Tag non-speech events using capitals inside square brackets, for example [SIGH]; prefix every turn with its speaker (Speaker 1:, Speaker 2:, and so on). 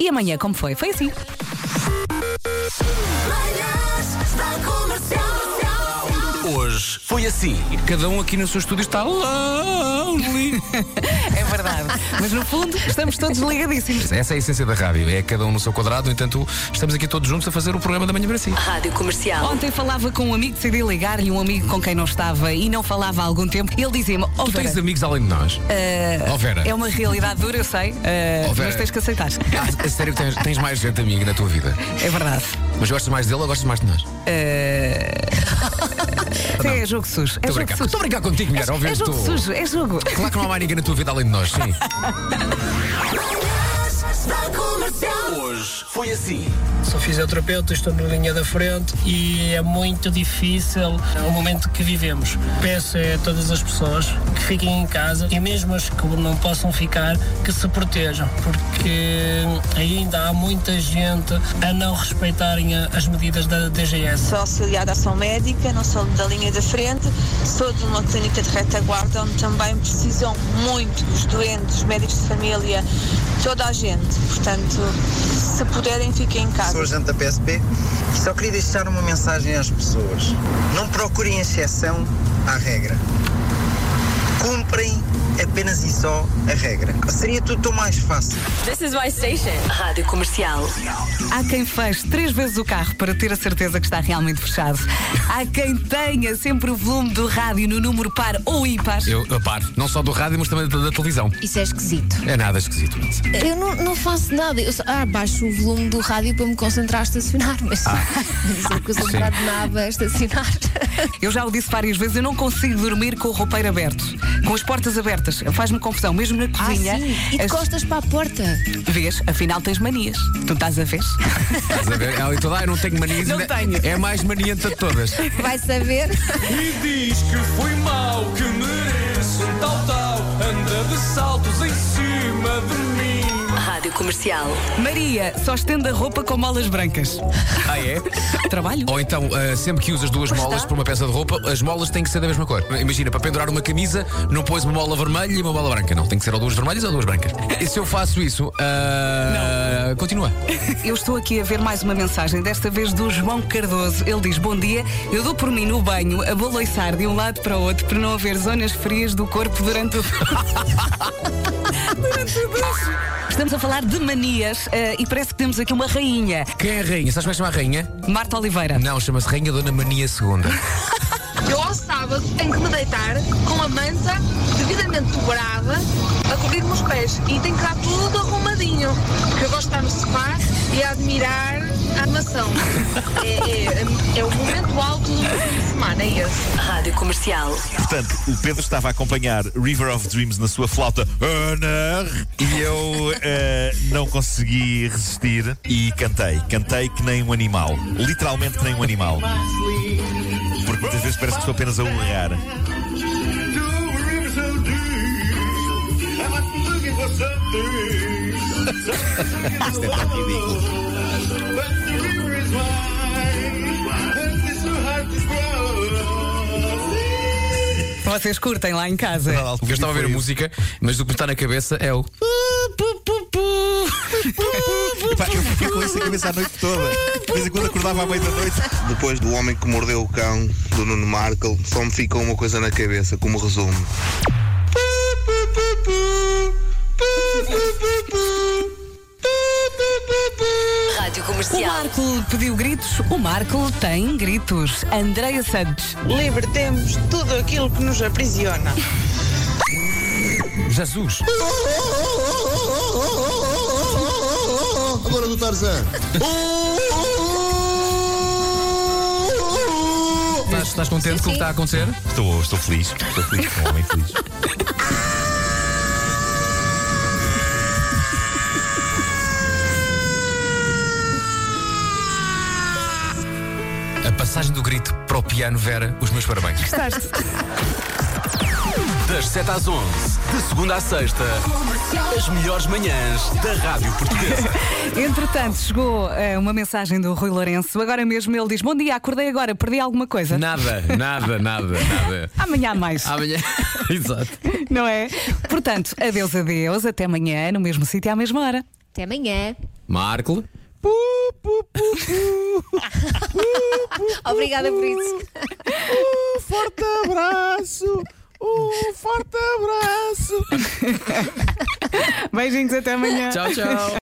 Speaker 1: E amanhã, como foi? Foi assim.
Speaker 2: Manhãs da Comercial.
Speaker 3: Hoje foi assim. Cada um aqui no seu estúdio está lonely.
Speaker 1: É verdade. [LAUGHS] Mas no fundo, estamos todos ligadíssimos.
Speaker 3: Essa é a essência da rádio. É cada um no seu quadrado. No entanto, estamos aqui todos juntos a fazer o programa da manhã para si.
Speaker 1: Ah,
Speaker 4: Rádio Comercial.
Speaker 1: Ontem falava com um amigo, decidi ligar-lhe um amigo com quem não estava e não falava há algum tempo. Ele dizia-me: oh,
Speaker 3: Tu
Speaker 1: Vera,
Speaker 3: tens amigos além de nós? Ó Vera.
Speaker 1: é uma realidade dura, eu sei, eh,
Speaker 3: Oh, Vera.
Speaker 1: mas tens que aceitar.
Speaker 3: Ah, a sério que tens, tens mais gente amiga na tua vida.
Speaker 1: É verdade. Eh,
Speaker 3: Mas gostas mais dele ou gostas mais de
Speaker 1: É
Speaker 3: nós? Estou [LAUGHS]
Speaker 1: Sim, é jogo sujo. É
Speaker 3: a
Speaker 1: jogo
Speaker 3: brincar.
Speaker 1: sujo.
Speaker 3: Estou a brincar contigo, mulher. Ao
Speaker 1: É
Speaker 3: ver
Speaker 1: jogo sujo, é jogo.
Speaker 3: Claro que não há mais ninguém na tua vida além de nós, sim.
Speaker 2: Manhãs da Comercial.
Speaker 5: Sou fisioterapeuta, estou na linha da frente e é muito difícil é o momento que vivemos. Peço a todas as pessoas que fiquem em casa e mesmo as que não possam ficar, que se protejam, porque ainda há muita gente a não respeitarem a- as medidas da DGS.
Speaker 6: Sou auxiliar de ação médica, não sou da linha da frente, sou de uma clínica de retaguarda onde também precisam muito os doentes, os médicos de família, toda a gente. Portanto, se puderem, fiquem em casa.
Speaker 7: Sou gente da PSP e só queria deixar uma mensagem às pessoas. Não procurem exceção à regra. Cumprem apenas e só a regra. Seria tudo tão mais fácil.
Speaker 4: This is my station. Rádio Comercial.
Speaker 1: Há quem feche três vezes o carro para ter a certeza que está realmente fechado. Há quem tenha sempre o volume do rádio no número par ou ímpar.
Speaker 3: Eu, eu paro. Não só do rádio, mas também da, da televisão.
Speaker 8: Isso é esquisito.
Speaker 3: É nada esquisito. Elsa.
Speaker 8: Eu não, não faço nada. Eu só, ah, baixo o volume do rádio para me concentrar a estacionar, mas [LAUGHS] mas não concentrar de nada a estacionar.
Speaker 1: Eu já o disse várias vezes, eu não consigo dormir com o roupeiro aberto, com as portas abertas. Faz-me confusão, mesmo na
Speaker 8: Ah,
Speaker 1: cozinha.
Speaker 8: sim. E de
Speaker 1: as-
Speaker 8: costas para a porta.
Speaker 1: Vês, afinal tens manias. Tu estás [LAUGHS] a ver?
Speaker 3: Estás a ver? Ela e toda, "Ah, eu não tenho manias.
Speaker 1: Não
Speaker 3: Ainda-
Speaker 1: tenho.
Speaker 3: É a mais maniante de todas.
Speaker 8: Vai saber.
Speaker 9: E diz que fui mau, que mereço um tal tal. Anda de saltos em cima de mim.
Speaker 4: Rádio Comercial.
Speaker 1: Maria, só estende a roupa com molas brancas.
Speaker 3: Ah, é?
Speaker 1: Trabalho?
Speaker 3: Ou então, ah, sempre que usas duas molas para uma peça de roupa, as molas têm que ser da mesma cor. Imagina, para pendurar uma camisa, não pões uma mola vermelha e uma mola branca. Não, tem que ser ou duas vermelhas ou duas brancas. E se eu faço isso, ah, continua.
Speaker 1: Eu estou aqui a ver mais uma mensagem, desta vez do João Cardoso. Ele diz: Bom dia, eu dou por mim no banho a balançar de um lado para o outro para não haver zonas frias do corpo durante o. [LAUGHS] durante o duche. Estamos a falar de manias eh, e parece que temos aqui uma rainha,
Speaker 3: Quem é a rainha? Sabes como é que chama a rainha?
Speaker 1: Marta Oliveira.
Speaker 3: Não, chama-se Rainha Dona Mania II.
Speaker 10: Eu ao sábado tenho que me deitar com a manta devidamente dobrada a cobrir-me os pés e tenho que estar tudo arrumadinho, porque eu gosto de estar no sofá e a admirar a armação. É, é- é o momento alto do meu fim de semana, é esse.
Speaker 4: Rádio Comercial.
Speaker 11: Portanto, o Pedro estava a acompanhar River of Dreams na sua flauta Honor, e eu eh, não consegui resistir e cantei. Cantei que nem um animal. Literalmente que nem um animal. Porque muitas vezes parece que estou apenas a urrar. Isto é tão ridículo.
Speaker 1: Vocês curtem lá em casa.
Speaker 3: [LAUGHS] Eu estava a ver a música, mas o que me está na cabeça é o.
Speaker 11: Epá, eu fiquei com isso na cabeça a noite toda. De vez em quando acordava à meia-noite.
Speaker 7: Depois do homem que mordeu o cão, do Nuno Markle, só me ficou uma coisa na cabeça, como resumo.
Speaker 4: Rádio
Speaker 1: O
Speaker 4: Comercial.
Speaker 1: Marco pediu gritos, o Marco tem gritos. Andreia Santos.
Speaker 6: Libertemos tudo aquilo que nos aprisiona.
Speaker 3: Jesus!
Speaker 7: Agora do Tarzan.
Speaker 3: Estás, estás contente com o que está a acontecer?
Speaker 11: Estou, estou feliz. Estou feliz com um homem feliz.
Speaker 3: A passagem do grito para o piano, Vera, os meus parabéns.
Speaker 1: Gostaste?
Speaker 9: Das 7 às 11, de segunda à sexta, as melhores manhãs da Rádio Portuguesa.
Speaker 1: Entretanto, chegou eh, uma mensagem do Rui Lourenço. Agora mesmo ele diz: Bom dia, acordei agora, perdi alguma coisa.
Speaker 3: Nada, nada, nada, nada.
Speaker 1: Amanhã há mais.
Speaker 3: Amanhã. [LAUGHS] Exato.
Speaker 1: Não é? Portanto, adeus, adeus, até amanhã, no mesmo sítio, à mesma hora.
Speaker 8: Até amanhã.
Speaker 1: Marco.
Speaker 8: Obrigada por isso.
Speaker 3: Um forte abraço. Um forte abraço.
Speaker 12: Beijinhos, até amanhã.
Speaker 1: Tchau, tchau.